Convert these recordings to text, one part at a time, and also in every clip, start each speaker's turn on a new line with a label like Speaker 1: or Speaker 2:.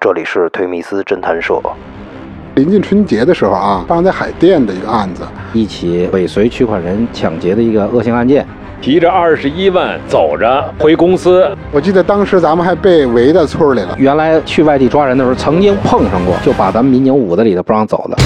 Speaker 1: 这里是推密斯侦探社。
Speaker 2: 临近春节的时候啊，发生在海淀的一个案子，
Speaker 3: 一起尾随取款人抢劫的一个恶性案件。
Speaker 4: 提着二十一万走着回公司，
Speaker 2: 我记得当时咱们还被围在村里了。
Speaker 3: 原来去外地抓人的时候，曾经碰上过，就把咱们民警捂在里头不让走的。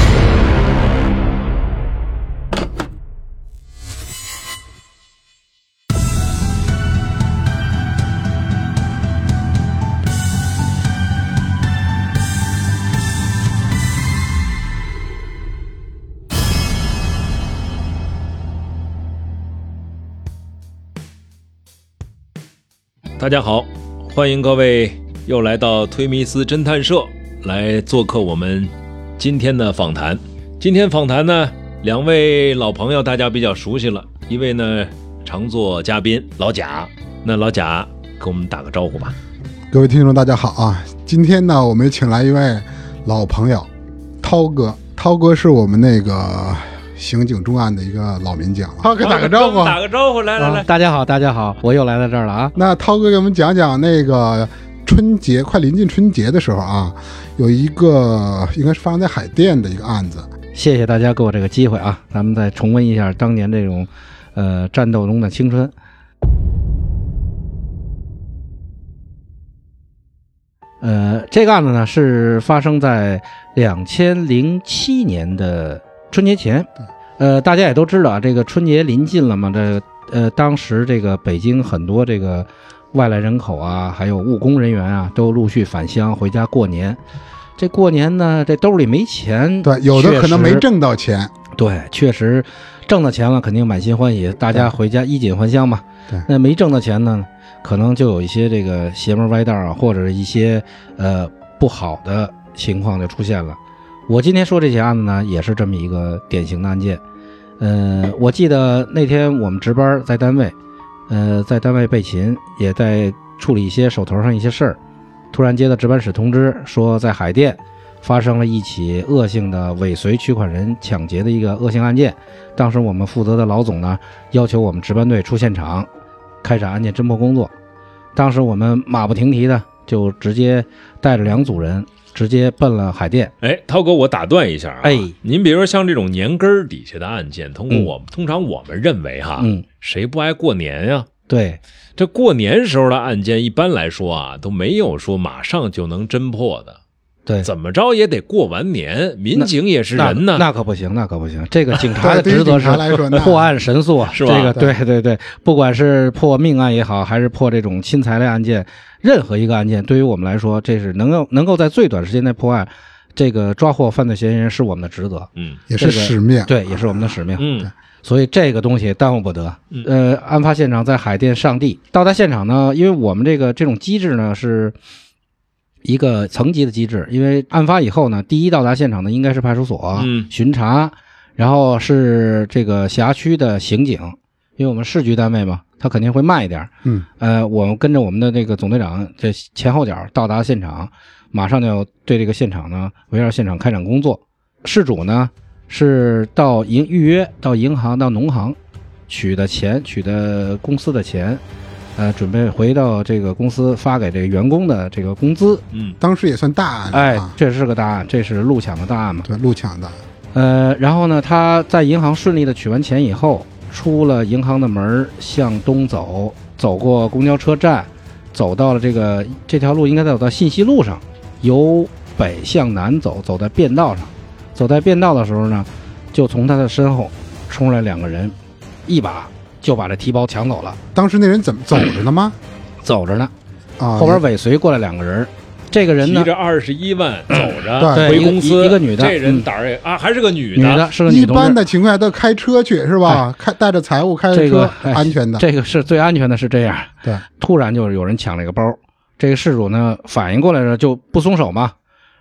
Speaker 4: 大家好，欢迎各位又来到推迷斯侦探社来做客我们今天的访谈。今天访谈呢，两位老朋友大家比较熟悉了，一位呢常做嘉宾老贾，那老贾给我们打个招呼吧。
Speaker 2: 各位听众，大家好啊！今天呢，我们请来一位老朋友，涛哥。涛哥是我们那个刑警重案的一个老民警了。涛哥打个招呼。啊
Speaker 4: 打个招呼，来啊来来，
Speaker 3: 啊大家好，大家好，我又来到这儿了 啊！
Speaker 2: 那涛哥给我们讲讲那个春节快临近春节的时候啊，有一个应该是发生在海淀的一个案子。
Speaker 3: 谢谢大家给我这个机会啊，咱们再重温一下当年这种，呃，战斗中的青春。呃，这个案子呢是发生在两千零七年的春节前。呃，大家也都知道啊，这个春节临近了嘛，这呃，当时这个北京很多这个外来人口啊，还有务工人员啊，都陆续返乡回家过年。这过年呢，这兜里没钱，
Speaker 2: 对，有的可能没
Speaker 3: 嗯确实
Speaker 2: 挣到钱。
Speaker 3: 对，确实挣到钱了，肯定满心欢喜，大家回家衣锦还乡嘛。
Speaker 2: 对
Speaker 3: 那没挣到钱呢，可能就有一些这个邪门歪道啊，或者是一些呃不好的情况就出现了。我今天说这起案子呢，也是这么一个典型的案件。呃，我记得那天我们值班在单位，呃，在单位备勤，也在处理一些手头上一些事儿。突然接到值班室通知，说在海淀发生了一起恶性的尾随取款人抢劫的一个恶性案件。当时我们负责的老总呢，要求我们值班队出现场，开展案件侦破工作。当时我们马不停蹄的就直接带着两组人，直接奔了海淀。
Speaker 4: 哎，涛哥，我打断一下啊，
Speaker 3: 哎
Speaker 4: 您比如说像这种年根儿底下的案件，通过
Speaker 3: 嗯
Speaker 4: 我们、通常我们认为哈，
Speaker 3: 嗯，
Speaker 4: 谁不爱过年呀、
Speaker 3: 对，
Speaker 4: 这过年时候的案件，一般来说啊，都没有说马上就能侦破的，
Speaker 3: 对
Speaker 4: 怎么着也得过完年。民警也是人
Speaker 3: 那
Speaker 4: 呐，
Speaker 3: 那可不行，那可不行。这个警察 的
Speaker 2: 对于
Speaker 3: 职责
Speaker 2: 警
Speaker 3: 是
Speaker 2: 察来说那
Speaker 3: 破案神速，
Speaker 4: 是吧
Speaker 3: 这个对对对，不管是破命案也好，还是破这种侵财类案件，任何一个案件，对于我们来说，这是能够能够在最短时间内破案，这个抓获犯罪嫌疑人是我们的职责，
Speaker 4: 嗯
Speaker 2: 也是
Speaker 3: 这个
Speaker 2: 使命。
Speaker 3: 对，也是我们的使命。
Speaker 4: 嗯
Speaker 3: 所以这个东西耽误不得。呃，案发现场在海淀上地，到达现场呢，因为我们这个这种机制呢是一个层级的机制，因为案发以后呢，第一到达现场的应该是派出所、
Speaker 4: 嗯
Speaker 3: 巡查，然后是这个辖区的刑警，因为我们市局单位嘛，他肯定会慢一点。
Speaker 2: 嗯，
Speaker 3: 呃，我们跟着我们的那个总队长这前后脚到达现场，马上就要对这个现场呢，围绕现场开展工作。事主呢是到银预约到银行到农行取的钱，取的公司的钱，呃，准备回到这个公司发给这个员工的这个工资。
Speaker 4: 嗯，
Speaker 2: 当时也算大案
Speaker 3: 哎
Speaker 2: 啊，，
Speaker 3: 这是个大案，这是路抢的大案嘛。
Speaker 2: 对，路抢的案。
Speaker 3: 呃，然后呢，他在银行顺利的取完钱以后，出了银行的门儿，向东走，走过公交车站，走到了这个这条路应该走到信息路上，由北向南走，走在便道上。走在便道的时候呢，就从他的身后冲出来两个人，一把就把这提包抢走了，
Speaker 2: 当时那人怎么走着呢吗？
Speaker 3: 走着呢，
Speaker 2: 啊，
Speaker 3: 哎后边尾随过来两个人，这个人
Speaker 4: 提
Speaker 3: 呢，
Speaker 4: 着二十一万走着
Speaker 2: 对
Speaker 4: 回
Speaker 3: 一个
Speaker 4: 公司，
Speaker 3: 一一个女的
Speaker 4: 这人
Speaker 3: 嗯
Speaker 4: 胆儿也啊，还是个女
Speaker 3: 女
Speaker 4: 的，
Speaker 3: 的是个
Speaker 2: 一
Speaker 3: 女同
Speaker 2: 般
Speaker 3: 志。哎
Speaker 2: 的情况下都开车去是吧？开带着财物开着
Speaker 3: 这个
Speaker 2: 车，
Speaker 3: 哎
Speaker 2: 安全的。
Speaker 3: 这个是最安全的，是这样。
Speaker 2: 对，
Speaker 3: 突然就是有人抢了一个包，这个事主呢反应过来了就不松手嘛，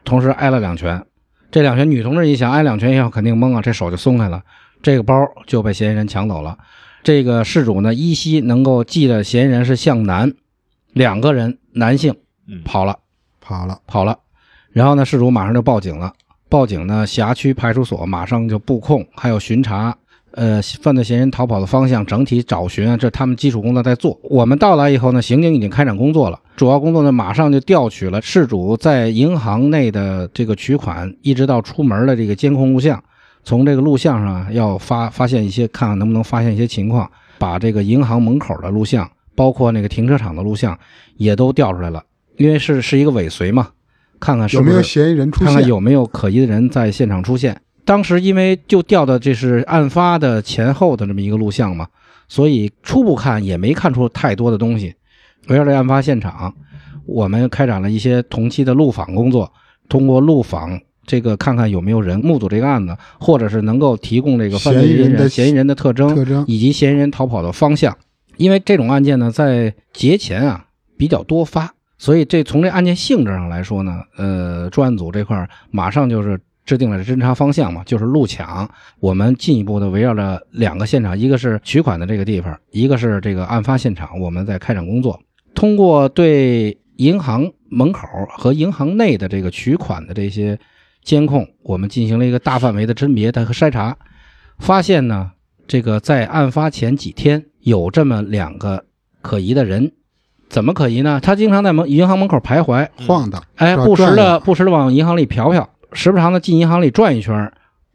Speaker 3: 同时挨了两拳。这两拳女同志一想挨哎两拳以后肯定懵啊，这手就松开了，这个包就被嫌疑人抢走了。这个事主呢依稀能够记得嫌疑人是向南，两个人男性
Speaker 4: 嗯
Speaker 3: 跑了。
Speaker 2: 跑了，
Speaker 3: 跑了。然后呢，事主马上就报警了。报警呢，辖区派出所马上就布控，还有巡查，呃，犯罪嫌疑人逃跑的方向、整体找寻啊，这他们基础工作在做。我们到来以后呢，刑警已经开展工作了，主要工作呢马上就调取了事主在银行内的这个取款，一直到出门的这个监控录像，从这个录像上啊要发发现一些，看看能不能发现一些情况，把这个银行门口的录像，包括那个停车场的录像也都调出来了，因为是是一个尾随嘛，看看是
Speaker 2: 有
Speaker 3: 不
Speaker 2: 没
Speaker 3: 是
Speaker 2: 有嫌疑人出现？
Speaker 3: 看看有没有可疑的人在现场出现。当时因为就调的这是案发的前后的这么一个录像嘛，所以初步看也没看出太多的东西。围绕这案发现场，我们开展了一些同期的路访工作，通过路访这个看看有没有人目睹这个案子，或者是能够提供这个犯罪
Speaker 2: 嫌疑人的
Speaker 3: 嫌疑人的特征，
Speaker 2: 特征
Speaker 3: 以及嫌疑人逃跑的方向。因为这种案件呢，在节前啊比较多发，所以这从这案件性质上来说呢，呃，专案组这块儿马上就是制定了侦查方向嘛，就是路抢。我们进一步的围绕着两个现场，一个是取款的这个地方，一个是这个案发现场，我们在开展工作。通过对银行门口和银行内的这个取款的这些监控，我们进行了一个大范围的甄别和筛查，发现呢，这个在案发前几天有这么两个可疑的人，怎么可疑呢？他经常在门银行门口徘徊，
Speaker 2: 晃荡，
Speaker 3: 哎，
Speaker 2: 是吧
Speaker 3: 不时
Speaker 2: 转
Speaker 3: 的
Speaker 2: 悠
Speaker 3: 不时的往银行里瞟瞟，时不常的进银行里转一圈儿，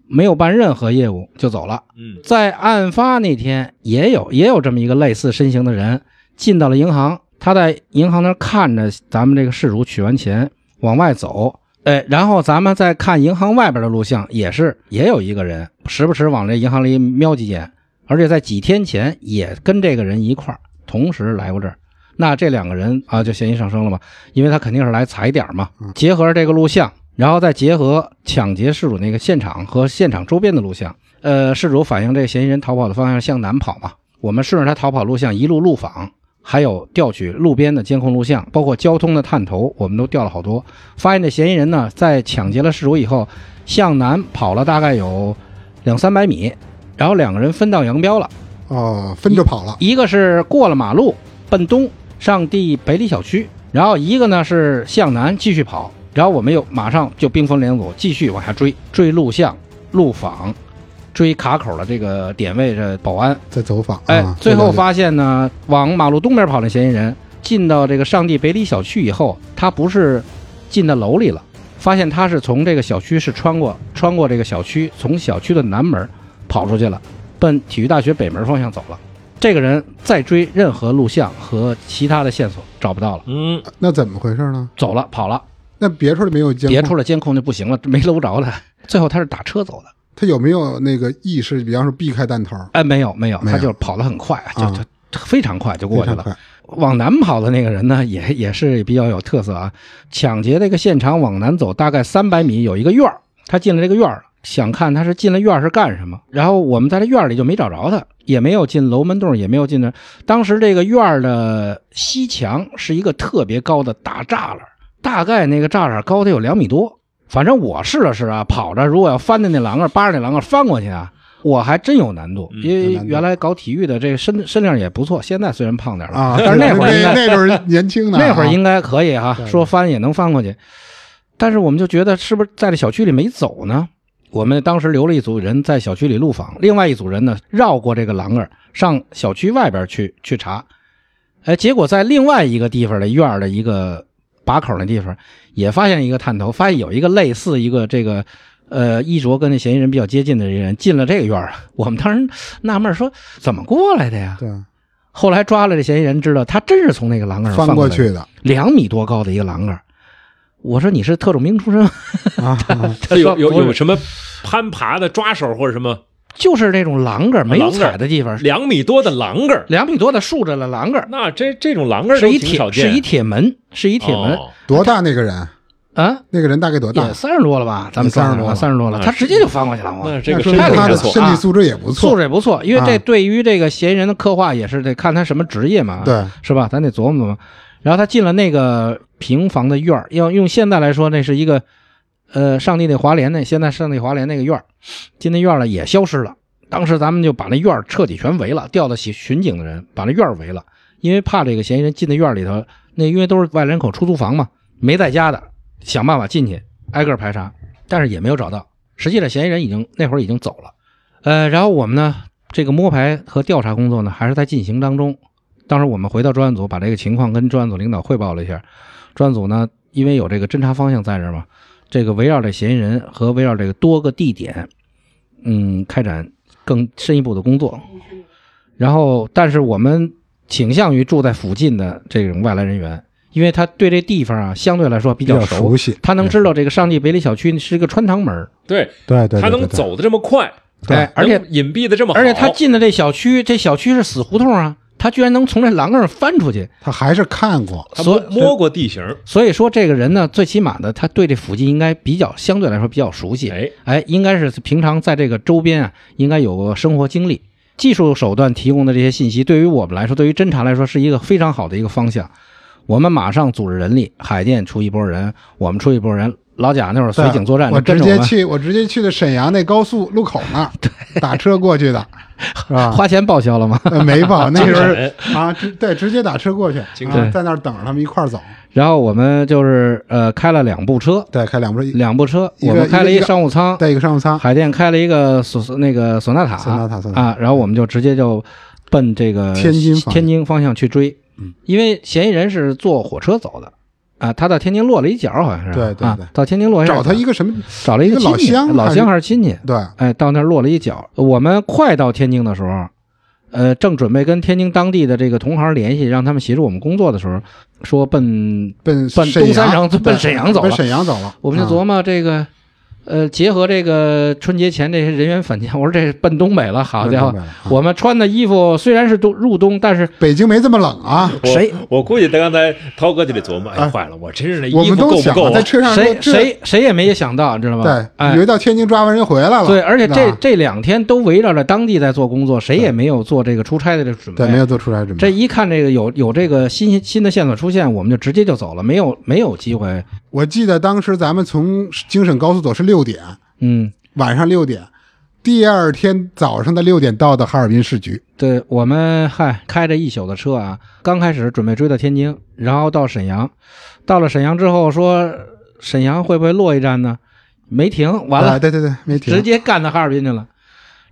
Speaker 3: 没有办任何业务就走了。
Speaker 4: 嗯
Speaker 3: 在案发那天也有也有这么一个类似身形的人进到了银行，他在银行那儿看着咱们这个事主取完钱往外走，哎，然后咱们再看银行外边的录像，也是也有一个人时不时往这银行里瞄几眼，而且在几天前也跟这个人一块儿同时来过这儿。那这两个人啊，就嫌疑上升了嘛，因为他肯定是来踩点儿嘛。结合这个录像，然后再结合抢劫事主那个现场和现场周边的录像，呃，事主反映这嫌疑人逃跑的方向向南跑嘛，我们顺着他逃跑录像一路路访，还有调取路边的监控录像，包括交通的探头，我们都调了好多，发现这嫌疑人呢，在抢劫了事主以后，向南跑了大概有两三百米，然后两个人分道扬镳了。
Speaker 2: 哦，分着跑了，
Speaker 3: 一个是过了马路奔东上地北里小区，然后一个呢是向南继续跑，然后我们又马上就兵分两组继续往下追，追录像、录访，追卡口的这个点位的保安。
Speaker 2: 在走访。
Speaker 3: 哎
Speaker 2: 啊，
Speaker 3: 最后发现呢，往马路东边跑的嫌疑人进到这个上地北里小区以后，他不是进到楼里了，发现他是从这个小区是穿过穿过这个小区，从小区的南门跑出去了，奔体育大学北门方向走了。这个人再追任何录像和其他的线索找不到了，
Speaker 4: 嗯，
Speaker 2: 那怎么回事呢？
Speaker 3: 走了跑了，
Speaker 2: 那别处里没有监控，
Speaker 3: 别出了监控就不行了，没搂着他。最后他是打车走的，
Speaker 2: 他有没有那个意识？比方说避开弹头，
Speaker 3: 哎，没有没有，
Speaker 2: 没
Speaker 3: 他
Speaker 2: 有
Speaker 3: 就是跑得很快，啊，就
Speaker 2: 啊
Speaker 3: 就非常快就
Speaker 2: 非
Speaker 3: 过去
Speaker 2: 常
Speaker 3: 了。
Speaker 2: 快。
Speaker 3: 往南跑的那个人呢，也也是比较有特色啊。抢劫那个现场往南走大概三百米，有一个院儿，他进了这个院儿了，想看他是进了院儿是干什么。然后我们在这院儿里就没找着他，也没有进楼门洞，也没有进那。当时这个院儿的西墙是一个特别高的大栅栏，大概那个栅栏高得有两米多。反正我试了试啊，跑着如果要翻的那栏杆，扒着那栏杆翻过去啊，我还真有难度，
Speaker 4: 嗯
Speaker 3: 因
Speaker 2: 有
Speaker 3: 为
Speaker 2: 难度
Speaker 3: 原来搞体育的这个身身量也不错，现在虽然胖点 了
Speaker 2: 啊！
Speaker 3: 但是那会儿应该
Speaker 2: 那那会儿年轻的啊，
Speaker 3: 那会儿应该可以哈、
Speaker 2: 对
Speaker 3: 说翻也能翻过去。但是我们就觉得是不是在这小区里没走呢？我们当时留了一组人在小区里路访，另外一组人呢绕过这个栏杆儿上小区外边去去查。哎，结果在另外一个地方的院儿的一个把口那地方也发现一个探头，发现有一个类似一个这个呃衣着跟那嫌疑人比较接近的这人进了这个院儿啊。我们当时纳闷儿说怎么过来的呀？
Speaker 2: 对
Speaker 3: 后来抓了这嫌疑人，知道他真是从那个栏杆儿
Speaker 2: 翻
Speaker 3: 过
Speaker 2: 过
Speaker 3: 来的
Speaker 2: 去的
Speaker 3: 两米多高的一个栏杆儿。我说你是特种兵出身吗？
Speaker 2: 啊，啊
Speaker 4: 他有有
Speaker 3: 不是
Speaker 4: 有什么攀爬的抓手或者什么
Speaker 3: 就是那种栏杆儿没有
Speaker 4: 栏杆儿
Speaker 3: 踩的地方，
Speaker 4: 两米多的栏杆儿，
Speaker 3: 两米多的竖着的栏杆儿，
Speaker 4: 那这这种栏杆儿
Speaker 3: 是
Speaker 4: 都
Speaker 3: 一
Speaker 4: 挺少
Speaker 3: 铁
Speaker 4: 见，
Speaker 3: 是一铁门，是一铁门
Speaker 4: 哦
Speaker 2: 多大那个人？
Speaker 3: 啊，
Speaker 2: 那个人大概多大
Speaker 3: 也？三十多了吧？咱们抓
Speaker 2: 三十
Speaker 3: 着
Speaker 2: 多
Speaker 3: 啊
Speaker 2: 了
Speaker 3: 三十多了，
Speaker 4: 那
Speaker 3: 他
Speaker 4: 是
Speaker 3: 直接就翻过去了。我
Speaker 4: 那这个
Speaker 2: 那说
Speaker 4: 身
Speaker 2: 明
Speaker 3: 太
Speaker 4: 体
Speaker 2: 他
Speaker 4: 不
Speaker 2: 的
Speaker 4: 错，
Speaker 2: 身体素质也不
Speaker 3: 啊素
Speaker 2: 错
Speaker 3: 质，也不错，因为这
Speaker 2: 啊
Speaker 3: 对于这个嫌疑人的刻画也是得看他什么职业嘛，
Speaker 2: 对，
Speaker 3: 是吧？咱得琢磨琢磨。然后他进了那个平房的院儿，要用现在来说，那是一个呃上帝那华联那现在上帝华联那个院儿，进那院儿了也消失了。当时咱们就把那院儿彻底全围了，调到巡巡警的人把那院儿围了，因为怕这个嫌疑人进那院儿里头，那因为都是外来人口出租房嘛，没在家的，想办法进去挨个儿排查，但是也没有找到。实际上嫌疑人已经那会儿已经走了。呃，然后我们呢，这个摸排和调查工作呢还是在进行当中。当时我们回到专案组，把这个情况跟专案组领导汇报了一下。专案组呢，因为有这个侦查方向在这儿嘛，这个围绕这嫌疑人和围绕这个多个地点，嗯，开展更深一步的工作。然后，但是我们倾向于住在附近的这种外来人员，因为他对这地方啊相对来说比
Speaker 2: 比
Speaker 3: 较
Speaker 2: 较熟悉，
Speaker 3: 他能知道这个上地北里小区是一个穿堂门儿，
Speaker 4: 对
Speaker 2: 对对，对
Speaker 4: 他能，走的这么快，啊
Speaker 2: 对
Speaker 3: 哎，而且
Speaker 4: 能隐蔽的这么好，
Speaker 3: 而且他进了这小区，这小区是死胡同啊，他居然能从这栏杆上翻出去，
Speaker 2: 对他还是看过，
Speaker 4: 他
Speaker 3: 所
Speaker 4: 摸摸过地形，
Speaker 3: 所以说这个人呢，最起码的他对这附近应该比较相对来说比较熟悉，
Speaker 4: 哎，
Speaker 3: 哎，应该是平常在这个周边啊，应该有个生活经历。技术手段提供的这些信息，对于我们来说，对于侦查来说，是一个非常好的一个方向。我们马上组织人力，海淀出一波人，我们出一波人，老贾那会儿随警作战，
Speaker 2: 我直
Speaker 3: 跟着
Speaker 2: 接
Speaker 3: 们
Speaker 2: 去，我直接去的沈阳那高速路口 那儿打车过去的，是吧？
Speaker 3: 花钱报销了吗？
Speaker 2: 呃没 吧？那时
Speaker 4: 精
Speaker 2: 候啊，直对，直接打车过去，
Speaker 4: 精
Speaker 2: 啊
Speaker 3: 神
Speaker 2: 在那儿等着他们一块儿走。
Speaker 3: 然后我们就是呃开了两部车，
Speaker 2: 对，开两部车，一
Speaker 3: 两部车，
Speaker 2: 一个
Speaker 3: 我们开了
Speaker 2: 一个
Speaker 3: 个商务舱，
Speaker 2: 带一个商务舱，
Speaker 3: 海淀开了一个索索那个索纳塔，
Speaker 2: 索纳塔索纳塔
Speaker 3: 啊，然后我们就直接就奔这个
Speaker 2: 天津方向嗯
Speaker 3: 天津方向去追，因为嫌疑人是坐火车走的。啊，他到天津落了一脚，好像是
Speaker 2: 对对
Speaker 3: 啊
Speaker 2: 对，
Speaker 3: 到天津落一下
Speaker 2: 找他一个什么？
Speaker 3: 找了一个
Speaker 2: 一个老
Speaker 3: 亲戚
Speaker 2: 乡
Speaker 3: 老
Speaker 2: 还
Speaker 3: 乡
Speaker 2: 是
Speaker 3: 还是亲戚，
Speaker 2: 对，
Speaker 3: 哎，到那儿落了一脚。我们快到天津的时候，呃，正准备跟天津当地的这个同行联系，让他们协助我们工作的时候，说奔
Speaker 2: 奔
Speaker 3: 奔
Speaker 2: 沈
Speaker 3: 东三
Speaker 2: 阳
Speaker 3: 省
Speaker 2: 对
Speaker 3: 奔沈阳走了
Speaker 2: 奔沈阳走了。
Speaker 3: 我们就
Speaker 2: 啊
Speaker 3: 琢磨这个，呃，结合这个春节前这些人员返家， 我说这奔东北了，好
Speaker 2: 奔
Speaker 3: 家伙
Speaker 2: 东北了啊，
Speaker 3: 我们穿的衣服虽然是冬入冬，但是
Speaker 2: 北京没这么冷啊，
Speaker 4: 我
Speaker 3: 谁
Speaker 4: 我估计他刚才涛哥就得琢磨，哎，坏了，我真是这
Speaker 2: 我
Speaker 4: 衣
Speaker 2: 们
Speaker 4: 服
Speaker 2: 都
Speaker 4: 够不
Speaker 2: 想
Speaker 4: 够
Speaker 2: 了，在
Speaker 4: 啊？
Speaker 2: 车上说
Speaker 3: 谁
Speaker 2: 这
Speaker 3: 谁谁也没想到，你知道吗
Speaker 2: 对？，以
Speaker 3: 哎
Speaker 2: 为，到天津抓完人回来了，啊
Speaker 3: 对，而且
Speaker 2: 是吧
Speaker 3: 这这两天都围绕着当地在做工作，谁也没有做这个出差的这个准
Speaker 2: 对没
Speaker 3: 备。
Speaker 2: 有做出来准
Speaker 3: 这
Speaker 2: 备，
Speaker 3: 一看这个有有这个新新的线索出现，我们就直接就走了，没有没有机会，
Speaker 2: 我记得当时咱们从京沈高速走是六点，
Speaker 3: 嗯。
Speaker 2: 晚上六点，第二天早上的六点到的哈尔滨市局，
Speaker 3: 对我们嗨开着一宿的车啊，刚开始准备追到天津，然后到沈阳，到了沈阳之后说沈阳会不会落一站呢？没停，完
Speaker 2: 啊
Speaker 3: 了、
Speaker 2: 对对对，没停，
Speaker 3: 直接干到哈尔滨去了。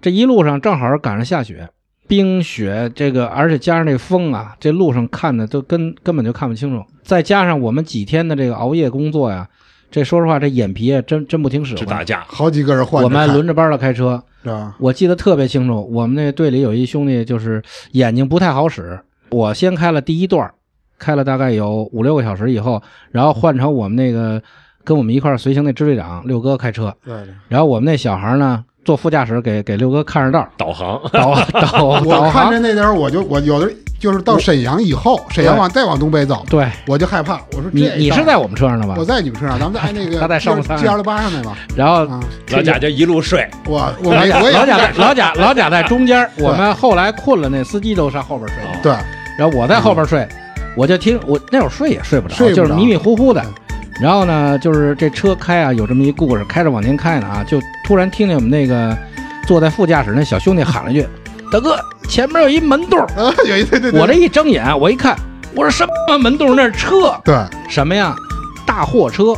Speaker 3: 这一路上正好赶上下雪，冰雪这个，而且加上这风啊，这路上看的都根根本就看不清楚。再加上我们几天的这个熬夜工作呀，这说实话这眼皮啊真真不听使
Speaker 4: 这
Speaker 3: 唤
Speaker 4: 打。架，
Speaker 2: 好几个人换
Speaker 3: 我
Speaker 2: 着
Speaker 3: 们还
Speaker 2: 看，
Speaker 3: 轮着班儿的开车，
Speaker 2: 是吧？
Speaker 3: 我记得特别清楚，我们那队里有一兄弟就是眼睛不太好使，我先开了第一段，开了大概有五六个小时以后，然后换成我们那个跟我们一块儿随行那支队长六哥开车，
Speaker 2: 对对。
Speaker 3: 然后我们那小孩呢坐副驾驶给给六哥看着道儿，
Speaker 4: 导航，
Speaker 3: 导导
Speaker 2: 我
Speaker 3: 导
Speaker 2: 看着
Speaker 3: 航，
Speaker 2: 那点儿，我就我有的就是到沈阳以后，沈阳往再往东北走，
Speaker 3: 对
Speaker 2: 我就害怕。我说
Speaker 3: 你
Speaker 2: 这
Speaker 3: 你
Speaker 2: 道
Speaker 3: 是在我们车上的吧
Speaker 2: 我？在你们车上，咱们 在那个
Speaker 3: 他在上午
Speaker 2: G 二六八上那吧？
Speaker 3: 然后
Speaker 2: 啊，
Speaker 4: 老贾就一路睡，
Speaker 2: 我我
Speaker 3: 老
Speaker 2: 没
Speaker 3: 贾
Speaker 2: 我也
Speaker 3: 老贾在老贾老贾在 中间，我们后来困了，那司机都上后边睡去了。
Speaker 2: 对
Speaker 3: 然后我在后边睡，我就听我那会儿睡也睡不着，
Speaker 2: 睡不着
Speaker 3: 就是迷迷糊糊的。然后呢，就是这车开啊，有这么一故事，开着往前开呢啊，就突然听见我们那个坐在副驾驶那小兄弟喊了一句：“ 大哥，前面有一门洞儿
Speaker 2: 啊，有一对对！”对，
Speaker 3: 我这一睁眼，我一看，我说什么门洞儿？那是车
Speaker 2: 对
Speaker 3: 什么呀？大货车，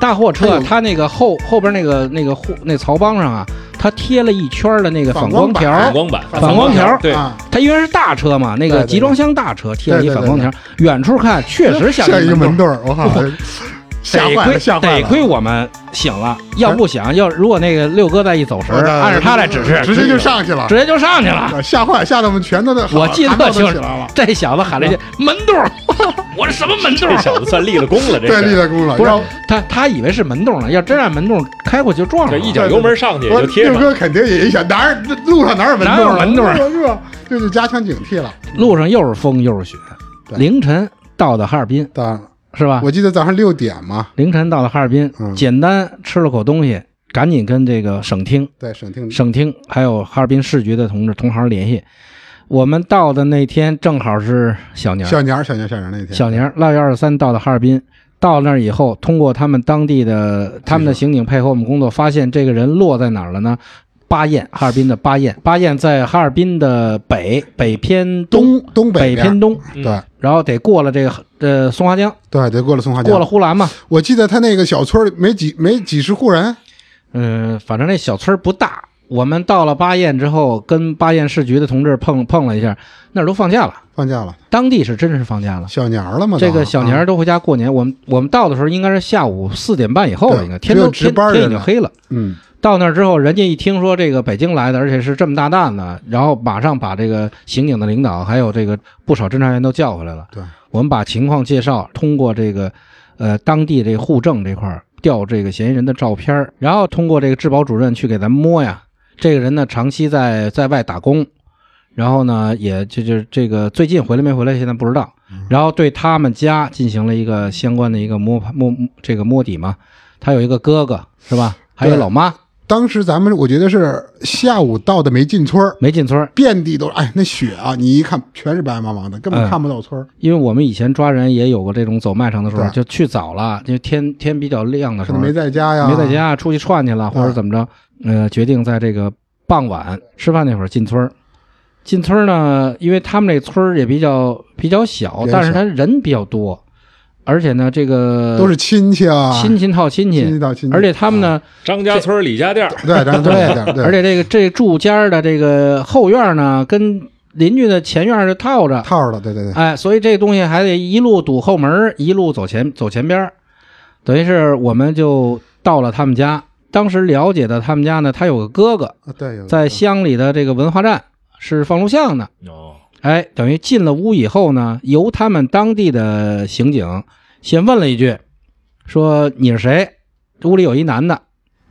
Speaker 3: 大货
Speaker 2: 哎
Speaker 3: 车，
Speaker 2: 呦
Speaker 3: 它那个后后边那个那个护那槽帮上啊，它贴了一圈儿的那个反
Speaker 2: 反光
Speaker 3: 光条
Speaker 2: 板
Speaker 3: 儿
Speaker 4: 反，光板，
Speaker 2: 反
Speaker 3: 光条
Speaker 4: 对，
Speaker 2: 啊，
Speaker 3: 它因为是大车嘛，
Speaker 2: 对
Speaker 3: 那个
Speaker 2: 对
Speaker 3: 集装箱大车贴了一
Speaker 2: 对对
Speaker 3: 反光条，远处看确 实像
Speaker 2: 像一个
Speaker 3: 门
Speaker 2: 门
Speaker 3: 洞。
Speaker 2: 洞儿，我靠， 吓
Speaker 3: 得
Speaker 2: 坏了，吓
Speaker 3: 亏
Speaker 2: 坏
Speaker 3: 得
Speaker 2: 了。哎
Speaker 3: 亏我们醒了，要不醒，要如果那个六哥再一走神
Speaker 2: 我
Speaker 3: 儿，
Speaker 2: 的
Speaker 3: 按照他的指示，
Speaker 2: 呃直接就上去了啊
Speaker 3: 直，接就上去了。
Speaker 2: 吓坏，吓得我们全都
Speaker 3: 我记得特
Speaker 2: 都
Speaker 3: 清
Speaker 2: 起
Speaker 3: 楚
Speaker 2: 来了，，嗯啊
Speaker 3: 这小子喊了一句“门洞儿”，我说什么门洞
Speaker 4: 这
Speaker 3: 儿？
Speaker 4: 小子算立了功了，这
Speaker 2: 对，立
Speaker 4: 是，
Speaker 2: 了功了。
Speaker 3: 不是
Speaker 2: 要
Speaker 3: 他，他以为是门洞呢，要真按门洞开过去就撞
Speaker 4: 这
Speaker 3: 上
Speaker 4: 一
Speaker 3: 了。
Speaker 4: 脚油门上去也
Speaker 2: 我
Speaker 4: 就贴
Speaker 2: 六
Speaker 4: 上了，
Speaker 2: 哥肯定也想，哪儿路上哪儿有门
Speaker 3: 哪有
Speaker 2: 洞儿啊
Speaker 3: 门洞啊儿
Speaker 2: 是吧？这就加强警惕了。
Speaker 3: 路上又是风又是雪，
Speaker 2: 对
Speaker 3: 凌晨到的哈尔滨
Speaker 2: 当然了，
Speaker 3: 是吧？
Speaker 2: 我记得早上六点嘛，
Speaker 3: 凌晨到了哈尔滨，
Speaker 2: 嗯
Speaker 3: 简单吃了口东西，赶紧跟这个省厅
Speaker 2: 在省厅
Speaker 3: 省厅还有哈尔滨市局的同志同行联系。我们到的那天正好是小年儿，
Speaker 2: 小年儿小年儿小年儿那天，
Speaker 3: 小年儿腊月二十三到的哈尔滨。到那儿以后，通过他们当地的他们的刑警配合我们工作，发现这个人落在哪儿了呢？巴彦，哈尔滨的巴彦，巴彦在哈尔滨的北北偏东，
Speaker 2: 东东
Speaker 3: 北
Speaker 2: 边
Speaker 3: 偏
Speaker 2: 儿，
Speaker 3: 东，
Speaker 4: 嗯
Speaker 2: 对
Speaker 3: 然后得过了这个呃松花江，
Speaker 2: 对对，过了松花江，
Speaker 3: 过了。呼兰嘛，
Speaker 2: 我记得他那个小村儿里没几没几十户人，
Speaker 3: 嗯，反正那小村儿不大，我们到了巴彦之后，跟巴彦市局的同志碰碰了一下，那儿都放假了，
Speaker 2: 放假了，
Speaker 3: 当地是真是放假了。
Speaker 2: 小年儿了嘛？
Speaker 3: 这
Speaker 2: 都
Speaker 3: 个小年儿
Speaker 2: 啊
Speaker 3: 都回家过年，我们我们到的时候应该是下午四点半以后了，
Speaker 2: 对
Speaker 3: 应该天
Speaker 2: 只有
Speaker 3: 都
Speaker 2: 值
Speaker 3: 天
Speaker 2: 班
Speaker 3: 天已
Speaker 2: 人
Speaker 3: 经
Speaker 2: 了
Speaker 3: 黑了。
Speaker 2: 嗯，
Speaker 3: 到那儿之后，人家一听说这个北京来的，而且是这么大担子，然后马上把这个刑警的领导还有这个不少侦查员都叫回来了。
Speaker 2: 对，
Speaker 3: 我们把情况介绍，通过这个呃当地这个户政这块儿调这个嫌疑人的照片儿，然后通过这个治保主任去给咱们摸呀。这个人呢，长期在在外打工，然后呢，也就就是这个最近回来没回来，现在不知道。
Speaker 2: 嗯
Speaker 3: 然后对他们家进行了一个相关的一个摸摸这个摸底嘛，他有一个哥哥是吧？还有
Speaker 2: 对
Speaker 3: 老妈
Speaker 2: 当时咱们我觉得是下午到的，没进村儿，
Speaker 3: 没进村儿，
Speaker 2: 遍地都是，哎，那雪啊，你一看全是白茫茫的，根本
Speaker 3: 嗯
Speaker 2: 看不到村儿，
Speaker 3: 因为我们以前抓人也有过这种走麦城的时候，
Speaker 2: 对
Speaker 3: 就去早了，因为天天比较亮的时
Speaker 2: 可
Speaker 3: 候，
Speaker 2: 能没在家呀，
Speaker 3: 没在，家，出去串去了，
Speaker 2: 对
Speaker 3: 或者怎么着，呃，决定在这个傍晚吃饭那会儿进村儿。进村儿呢，因为他们这村儿也比较比较小，
Speaker 2: 人
Speaker 3: 但是
Speaker 2: 少
Speaker 3: 他人比较多，而且呢，这个
Speaker 2: 都是亲戚啊，
Speaker 3: 呃亲戚套亲
Speaker 2: 亲戚
Speaker 3: 戚，
Speaker 2: 到亲戚，
Speaker 3: 而且他们呢，
Speaker 4: 张家村儿李家店儿，
Speaker 2: 对，咱对对啊对，
Speaker 3: 而且这个这住家儿的这个后院儿呢，跟邻居的前院儿是套着，
Speaker 2: 套了，对对对，
Speaker 3: 哎，所以这东西还得一路堵后门儿，一路走前走前边儿等于是我们就到了他们家。当时了解的他们家呢，他有个哥哥
Speaker 2: 啊对，有
Speaker 3: 在乡里的这个文化站是放录像的。
Speaker 4: 哦，
Speaker 3: 哎，等于进了屋以后呢，由他们当地的刑警先问了一句，说你是谁？屋里有一男的，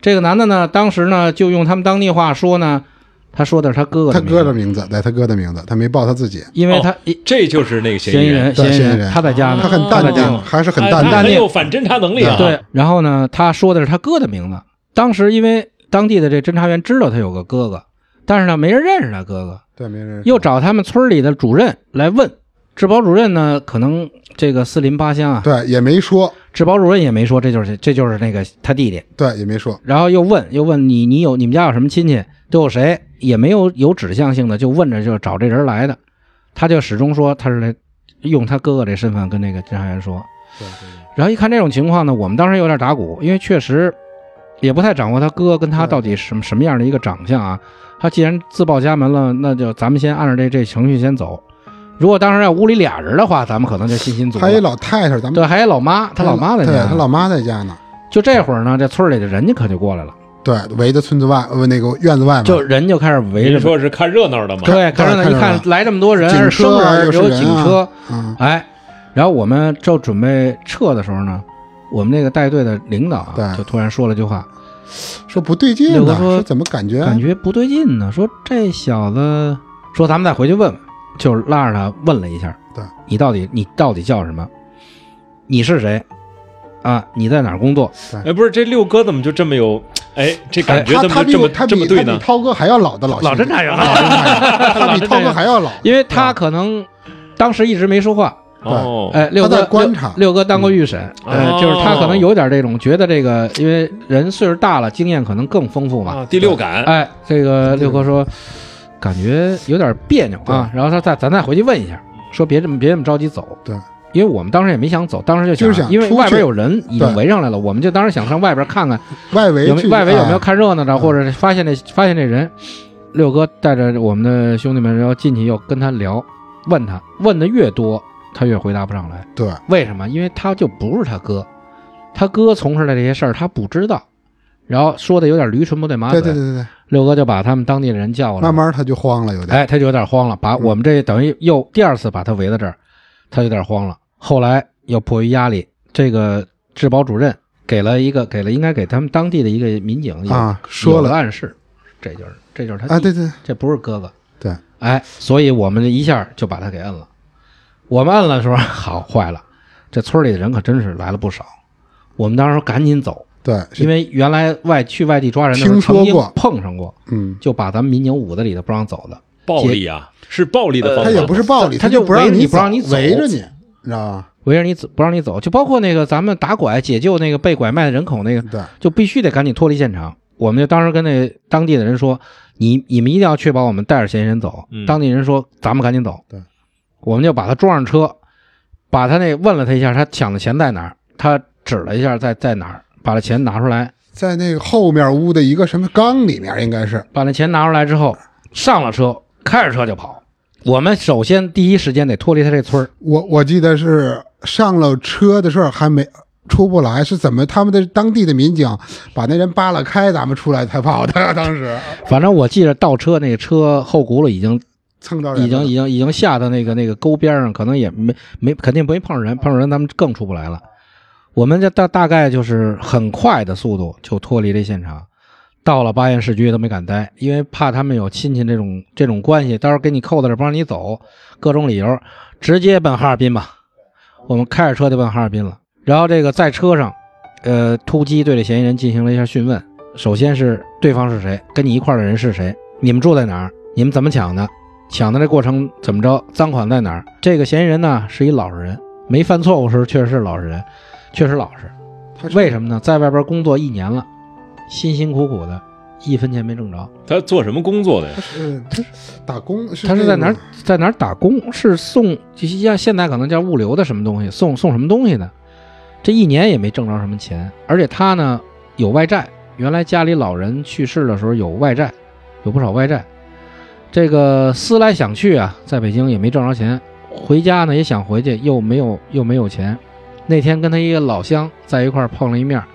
Speaker 3: 这个男的呢，当时呢就用他们当地话说呢，他说的是他哥哥
Speaker 2: 他
Speaker 3: 的名字
Speaker 2: 哥的名字，对他哥的名字，他没报他自己，
Speaker 3: 因为他、
Speaker 4: 这就是那个哦嫌
Speaker 3: 嫌
Speaker 4: 疑
Speaker 3: 疑
Speaker 4: 人，
Speaker 3: 人，
Speaker 2: 对
Speaker 3: 嫌疑
Speaker 2: 嫌疑
Speaker 3: 人
Speaker 2: 人哦
Speaker 3: 他在家呢，
Speaker 2: 他很
Speaker 3: 他在
Speaker 2: 淡
Speaker 3: 家呢
Speaker 2: 定，还是很
Speaker 4: 哎
Speaker 2: 淡
Speaker 4: 他
Speaker 2: 定，
Speaker 4: 很有反侦查能力啊。
Speaker 3: 对，然后呢，他说的是他哥的名字。当时因为当地的这侦查员知道他有个哥哥，但是呢，没人认识他哥哥，
Speaker 2: 对，没人
Speaker 3: 又找他们村里的主任来问。治保主任呢，可能这个四邻八乡啊，
Speaker 2: 对也没说，
Speaker 3: 治保主任也没说这就是这就是那个他弟弟，
Speaker 2: 对也没说，
Speaker 3: 然后又问又问你你有你们家有什么亲戚都有谁，也没有有指向性的，就问着就找这人来的，他就始终说他是来用他哥哥这身份跟那个侦查员说，
Speaker 2: 对
Speaker 3: 然后一看这种情况呢，我们当时有点打鼓，因为确实也不太掌握他哥跟他到底什么什么样的一个长相啊。他既然自报家门了，那就咱们先按照这这程序先走。如果当时要屋里俩人的话，咱们可能就信心足
Speaker 2: 对，
Speaker 3: 了。
Speaker 2: 还有一老太太，咱们
Speaker 3: 对，还有老妈，他老妈在
Speaker 2: 对，
Speaker 3: 家。
Speaker 2: 他老妈在家呢，
Speaker 3: 就这会儿呢，这村里的人家可就过来了，
Speaker 2: 对，围着村子外呃那个院子外面，
Speaker 3: 就人就开始围
Speaker 4: 您
Speaker 3: 着。
Speaker 4: 说是看热闹的嘛？
Speaker 3: 对，
Speaker 2: 看
Speaker 3: 看着呢，
Speaker 2: 看
Speaker 3: 一
Speaker 2: 着
Speaker 3: 看
Speaker 2: 呢
Speaker 3: 来这么多人，还是
Speaker 2: 警车
Speaker 3: 生
Speaker 2: 啊
Speaker 3: 人，
Speaker 2: 又是
Speaker 3: 有
Speaker 2: 人
Speaker 3: 警
Speaker 2: 啊
Speaker 3: 车，
Speaker 2: 嗯，
Speaker 3: 哎，然后我们正准备撤的时候呢，我们那个带队的领导啊，
Speaker 2: 对
Speaker 3: 就突然说了句话，
Speaker 2: 说不对劲
Speaker 3: 柳哥
Speaker 2: 呢，
Speaker 3: 说
Speaker 2: 说怎么感觉啊
Speaker 3: 感觉不对劲呢，说这小子，说咱们再回去问问，就拉着他问了一下，
Speaker 2: 对
Speaker 3: 你到底你到底叫什么？你是谁？啊，你在哪儿工作？
Speaker 4: 哎，不是，这六哥怎么就这么有？哎，这感觉
Speaker 2: 他
Speaker 4: 怎
Speaker 2: 他
Speaker 4: 么
Speaker 2: 比
Speaker 4: 这么
Speaker 2: 我他
Speaker 4: 这
Speaker 2: 比
Speaker 4: 么
Speaker 2: 他
Speaker 4: 对
Speaker 2: 比
Speaker 4: 呢？
Speaker 2: 涛哥还要老的老
Speaker 3: 老
Speaker 2: 刑
Speaker 3: 侦查员
Speaker 2: 老侦查员，他比涛哥还要老，
Speaker 3: 因为他可能当时一直没说话，
Speaker 4: 哦，
Speaker 3: 哎，六
Speaker 2: 他
Speaker 3: 哥
Speaker 2: 在观察
Speaker 3: 六六哥当过预审，
Speaker 4: 嗯
Speaker 3: 呃，
Speaker 4: 哦
Speaker 3: 就是他可能有点这种觉得这个，因为人岁数大了，经验可能更丰富嘛，
Speaker 4: 啊，第六感，
Speaker 3: 哎，这个六哥说，感觉有点别扭啊。然后他再咱再回去问一下，说别这么别这么着急走。
Speaker 2: 对，
Speaker 3: 因为我们当时也没想走，当时
Speaker 2: 就是
Speaker 3: 想，
Speaker 2: 想
Speaker 3: 因为
Speaker 2: 出
Speaker 3: 外边
Speaker 2: 去
Speaker 3: 有人已经
Speaker 2: 对
Speaker 3: 围上来了，我们就当时想上外边看看
Speaker 2: 外围
Speaker 3: 有没
Speaker 2: 去
Speaker 3: 外围有没有
Speaker 2: 哎
Speaker 3: 看热闹的，
Speaker 2: 嗯
Speaker 3: 或者是发现这发现这人。六哥带着我们的兄弟们，然后进去又跟他聊，问他问的越多，他越回答不上来。
Speaker 2: 对
Speaker 3: 为什么？因为他就不是他哥，他哥从事的这些事儿他不知道，然后说的有点驴唇不对马嘴。
Speaker 2: 对对对对对，
Speaker 3: 六哥就把他们当地的人叫过来，
Speaker 2: 慢慢他就慌了，有点
Speaker 3: 哎，他就有点慌了，把我们这等于又第二次把他围在这儿，他有点慌了。后来又迫于压力，这个治保主任给了一个给了应该给他们当地的一个民警有
Speaker 2: 啊说
Speaker 3: 有
Speaker 2: 了
Speaker 3: 暗示，这就是这就是他
Speaker 2: 啊，
Speaker 3: 弟
Speaker 2: 对对
Speaker 3: 这不是哥哥，
Speaker 2: 对，
Speaker 3: 哎，所以我们这一下就把他给摁了。我们摁了的时候， 好坏了，这村里的人可真是来了不少。我们当时赶紧走，
Speaker 2: 对，是
Speaker 3: 因为原来外去外地抓人的时候
Speaker 2: 听说
Speaker 3: 曾经
Speaker 2: 过
Speaker 3: 碰上过，
Speaker 2: 嗯，
Speaker 3: 就把咱们民警捂在里头不让走的。
Speaker 4: 暴力啊，是暴力的方法。
Speaker 2: 他也不是暴力，
Speaker 3: 他
Speaker 2: 就
Speaker 3: 就
Speaker 2: 不让
Speaker 3: 围着你
Speaker 2: 你
Speaker 3: 不让你走
Speaker 2: 围着你，你知道吧？
Speaker 3: 围着你走，不让你走，就包括那个咱们打拐解救那个被拐卖的人口那个，
Speaker 2: 对，
Speaker 3: 就必须得赶紧脱离现场。我们就当时跟那当地的人说，你你们一定要确保我们带着嫌疑人走。
Speaker 4: 嗯
Speaker 3: 当地人说，咱们赶紧走。
Speaker 2: 对，
Speaker 3: 我们就把他装上车，把他那问了他一下，他抢的钱在哪儿？他指了一下在在哪儿，把这钱拿出来，
Speaker 2: 在那个后面屋的一个什么缸里面，应该是
Speaker 3: 把那钱拿出来之后，上了车，开着车就跑。我们首先第一时间得脱离他这村儿，
Speaker 2: 我我记得是上了车的时候还没出不来，是怎么他们的当地的民警把那人扒拉开，咱们出来才跑的。 当时
Speaker 3: 反正我记着倒车那个车后轱辘已经
Speaker 2: 蹭着人
Speaker 3: 已经
Speaker 2: 了
Speaker 3: 已经已经下到那个那个沟边上，可能也没没肯定没碰上人，碰上人咱们更出不来了。我们这大大概就是很快的速度就脱离这现场，到了巴彦市局都没敢待，因为怕他们有亲戚这种这种关系，到时候给你扣在这儿不让你走，各种理由，直接奔哈尔滨吧。我们开着车就奔哈尔滨了，然后这个在车上，呃，突击对这嫌疑人进行了一下讯问，首先是对方是谁，跟你一块儿的人是谁，你们住在哪儿，你们怎么抢的，抢的这过程怎么着？赃款在哪儿？这个嫌疑人呢是一老实人，没犯错误时确实是老实人，确实老实。
Speaker 2: 他
Speaker 3: 为什么呢？在外边工作一年了，辛辛苦苦的，一分钱没挣着。
Speaker 4: 他做什么工作的呀
Speaker 2: 他？是他是打工，是
Speaker 3: 他是
Speaker 2: 那
Speaker 3: 在哪儿
Speaker 2: 种
Speaker 3: 在哪儿打工？是送就像现在可能叫物流的什么东西，送送什么东西的？这一年也没挣着什么钱，而且他呢有外债，原来家里老人去世的时候有外债，有不少外债。这个思来想去啊，在北京也没挣着钱，回家呢也想回去，又没有又没有钱。那天跟他一个老乡在一块儿碰了一面儿，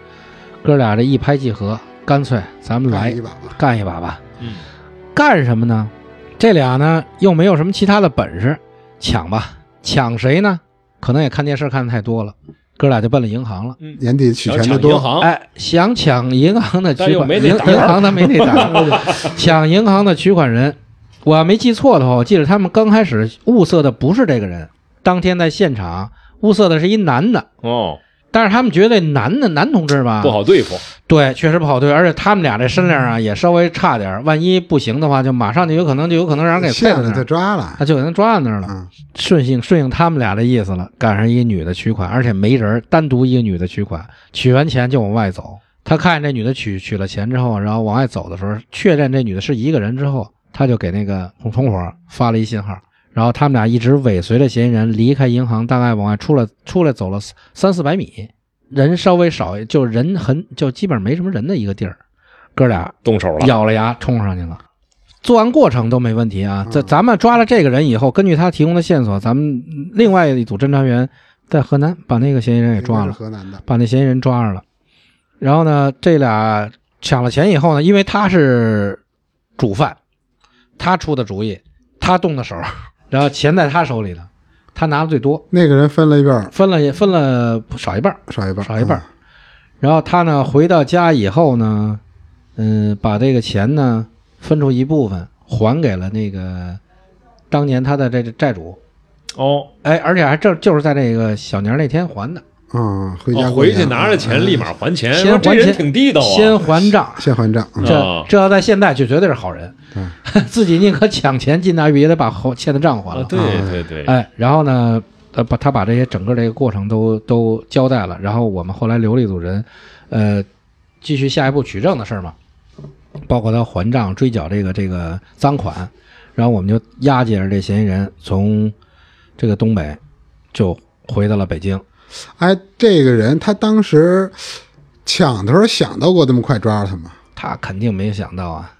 Speaker 3: 哥俩这一拍即合，干脆咱们
Speaker 2: 干
Speaker 3: 来
Speaker 2: 一把吧。
Speaker 3: 干一把吧。
Speaker 4: 嗯，
Speaker 3: 干什么呢？这俩呢又没有什么其他的本事，抢吧，抢谁呢？可能也看电视看的太多了，哥俩就奔了银行了。
Speaker 2: 年底取
Speaker 4: 想
Speaker 2: 钱的
Speaker 4: 抢
Speaker 2: 多
Speaker 4: 银，行，
Speaker 3: 哎，想抢银行的
Speaker 4: 但
Speaker 3: 取
Speaker 4: 又
Speaker 3: 款，
Speaker 4: 没
Speaker 3: 银
Speaker 4: 那胆儿
Speaker 3: 银行他没那胆儿， 抢银行的取款人，我要没记错的话，我记得他们刚开始物色的不是这个人，当天在现场物色的是一男的，
Speaker 4: 哦，
Speaker 3: 但是他们觉得男的男同志吧
Speaker 4: 不好对付。
Speaker 3: 对，确实不好对，而且他们俩这身量啊也稍微差点儿，万一不行的话，就马上就有可能就有可能让人给废
Speaker 2: 现
Speaker 3: 在
Speaker 2: 了
Speaker 3: 那
Speaker 2: 就
Speaker 3: 儿，
Speaker 2: 抓了。
Speaker 3: 他就给他抓在那儿了。
Speaker 2: 嗯，
Speaker 3: 顺应顺应他们俩的意思了，赶上一个女的取款，而且没人儿，单独一个女的取款，取完钱就往外走。他看见这女的取取了钱之后，然后往外走的时候，确认这女的是一个人之后，他就给那个同同伙儿发了一信号，然后他们俩一直尾随着嫌疑人离开银行，大概往外出来出来走了三三四百米，人稍微少，就人很就基本上没什么人的一个地儿，哥俩
Speaker 4: 动手了，
Speaker 3: 咬了牙冲上去了。作案过程都没问题啊，这咱们抓了这个人以后，根据他提供的线索，咱们另外一组侦查员在河南把那个嫌疑人给抓
Speaker 2: 应该
Speaker 3: 了
Speaker 2: 是，河南的，
Speaker 3: 把那嫌疑人抓着了。然后呢，这俩抢了钱以后呢，因为他是主犯，他出的主意，他动的手，然后钱在他手里呢，他拿的最多，
Speaker 2: 那个人分了一半儿，
Speaker 3: 分了也分了不少一半儿。
Speaker 2: 少一半儿，
Speaker 3: 少一半儿。然后他呢回到家以后呢，嗯，把这个钱呢分出一部分还给了那个当年他的这这债主，
Speaker 4: 哦，
Speaker 3: 哎，而且还正就是在这个小年儿那天还的，
Speaker 2: 嗯。嗯，回家
Speaker 4: 哦
Speaker 2: 过
Speaker 4: 回
Speaker 2: 年
Speaker 4: 去拿着钱
Speaker 2: 嗯
Speaker 4: 立马还钱，
Speaker 3: 先还
Speaker 4: 哎这人
Speaker 3: 钱
Speaker 4: 挺地道啊。
Speaker 3: 先还 账。
Speaker 2: 先还账。嗯
Speaker 3: 这
Speaker 4: 哦
Speaker 3: 这要在现在就绝对是好人， 自己宁可抢钱进大狱也得把后欠的账还
Speaker 4: 啊
Speaker 3: 了。
Speaker 4: 对
Speaker 2: 啊
Speaker 4: 对对，
Speaker 3: 哎，然后呢，呃，把他把这些整个这个过程都都交代了，然后我们后来留了一组人，呃，继续下一步取证的事儿嘛，包括他还账、追缴这个这个赃款，然后我们就押解着这嫌疑人从这个东北就回到了北京。
Speaker 2: 哎，这个人他当时抢的时候想到过这么快抓着他吗？
Speaker 3: 他肯定没想到啊。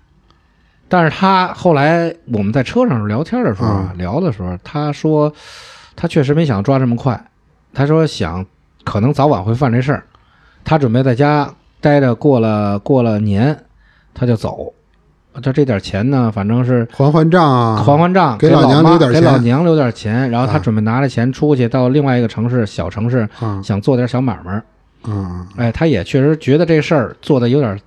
Speaker 3: 但是他后来我们在车上聊天的时候啊，
Speaker 2: 嗯
Speaker 3: 聊的时候，他说他确实没想抓这么快，他说想可能早晚会犯这事儿，他准备在家待着过了过了年他就走，他这点钱呢，反正是
Speaker 2: 还还账啊，
Speaker 3: 还还账，
Speaker 2: 给
Speaker 3: 给
Speaker 2: 老娘
Speaker 3: 妈
Speaker 2: 留点
Speaker 3: 给
Speaker 2: 钱
Speaker 3: 老娘留点钱，然后他
Speaker 2: 啊
Speaker 3: 准备拿着钱出去到另外一个城市小城市
Speaker 2: 啊
Speaker 3: 想做点小买卖儿，
Speaker 2: 嗯，
Speaker 3: 哎，他也确实觉得这事儿做的有点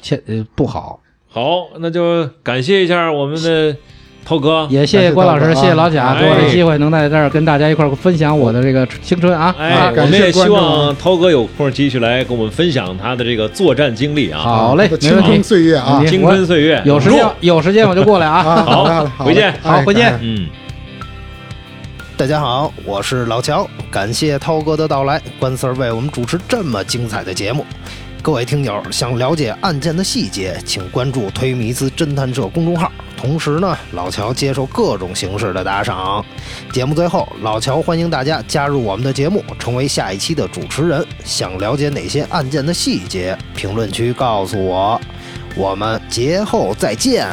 Speaker 3: 欠呃不好。
Speaker 4: 好，那就感谢一下我们的涛哥。
Speaker 3: 也谢谢郭老师，谢谢老贾，
Speaker 4: 啊哎
Speaker 3: 给我这机会能在这儿跟大家一块儿分享我的这个青春啊！
Speaker 4: 哎，
Speaker 2: 啊
Speaker 4: 我
Speaker 2: 感
Speaker 4: 们
Speaker 2: 谢
Speaker 4: 也希
Speaker 2: 观众啊
Speaker 4: 望涛哥有空继续来跟我们分享他的这个作战经历啊，
Speaker 3: 好嘞，没
Speaker 2: 青
Speaker 3: 问
Speaker 2: 春
Speaker 3: 题，
Speaker 2: 岁月啊
Speaker 3: 没问，题
Speaker 4: 青春岁月，
Speaker 3: 有时
Speaker 4: 入
Speaker 3: 间有时间我就过来啊。
Speaker 2: 啊，好
Speaker 4: 好
Speaker 2: 嘞，嘞
Speaker 4: 回见
Speaker 2: 哎
Speaker 3: 好，回见。
Speaker 4: 嗯，
Speaker 5: 大家好，我是老乔，感谢涛哥的到来，关 Sir 为我们主持这么精彩的节目。各位听友想了解案件的细节，请关注“推迷斯侦探社”公众号，同时呢，老乔接受各种形式的打赏。节目最后，老乔欢迎大家加入我们的节目，成为下一期的主持人。想了解哪些案件的细节，评论区告诉我。我们节后再见。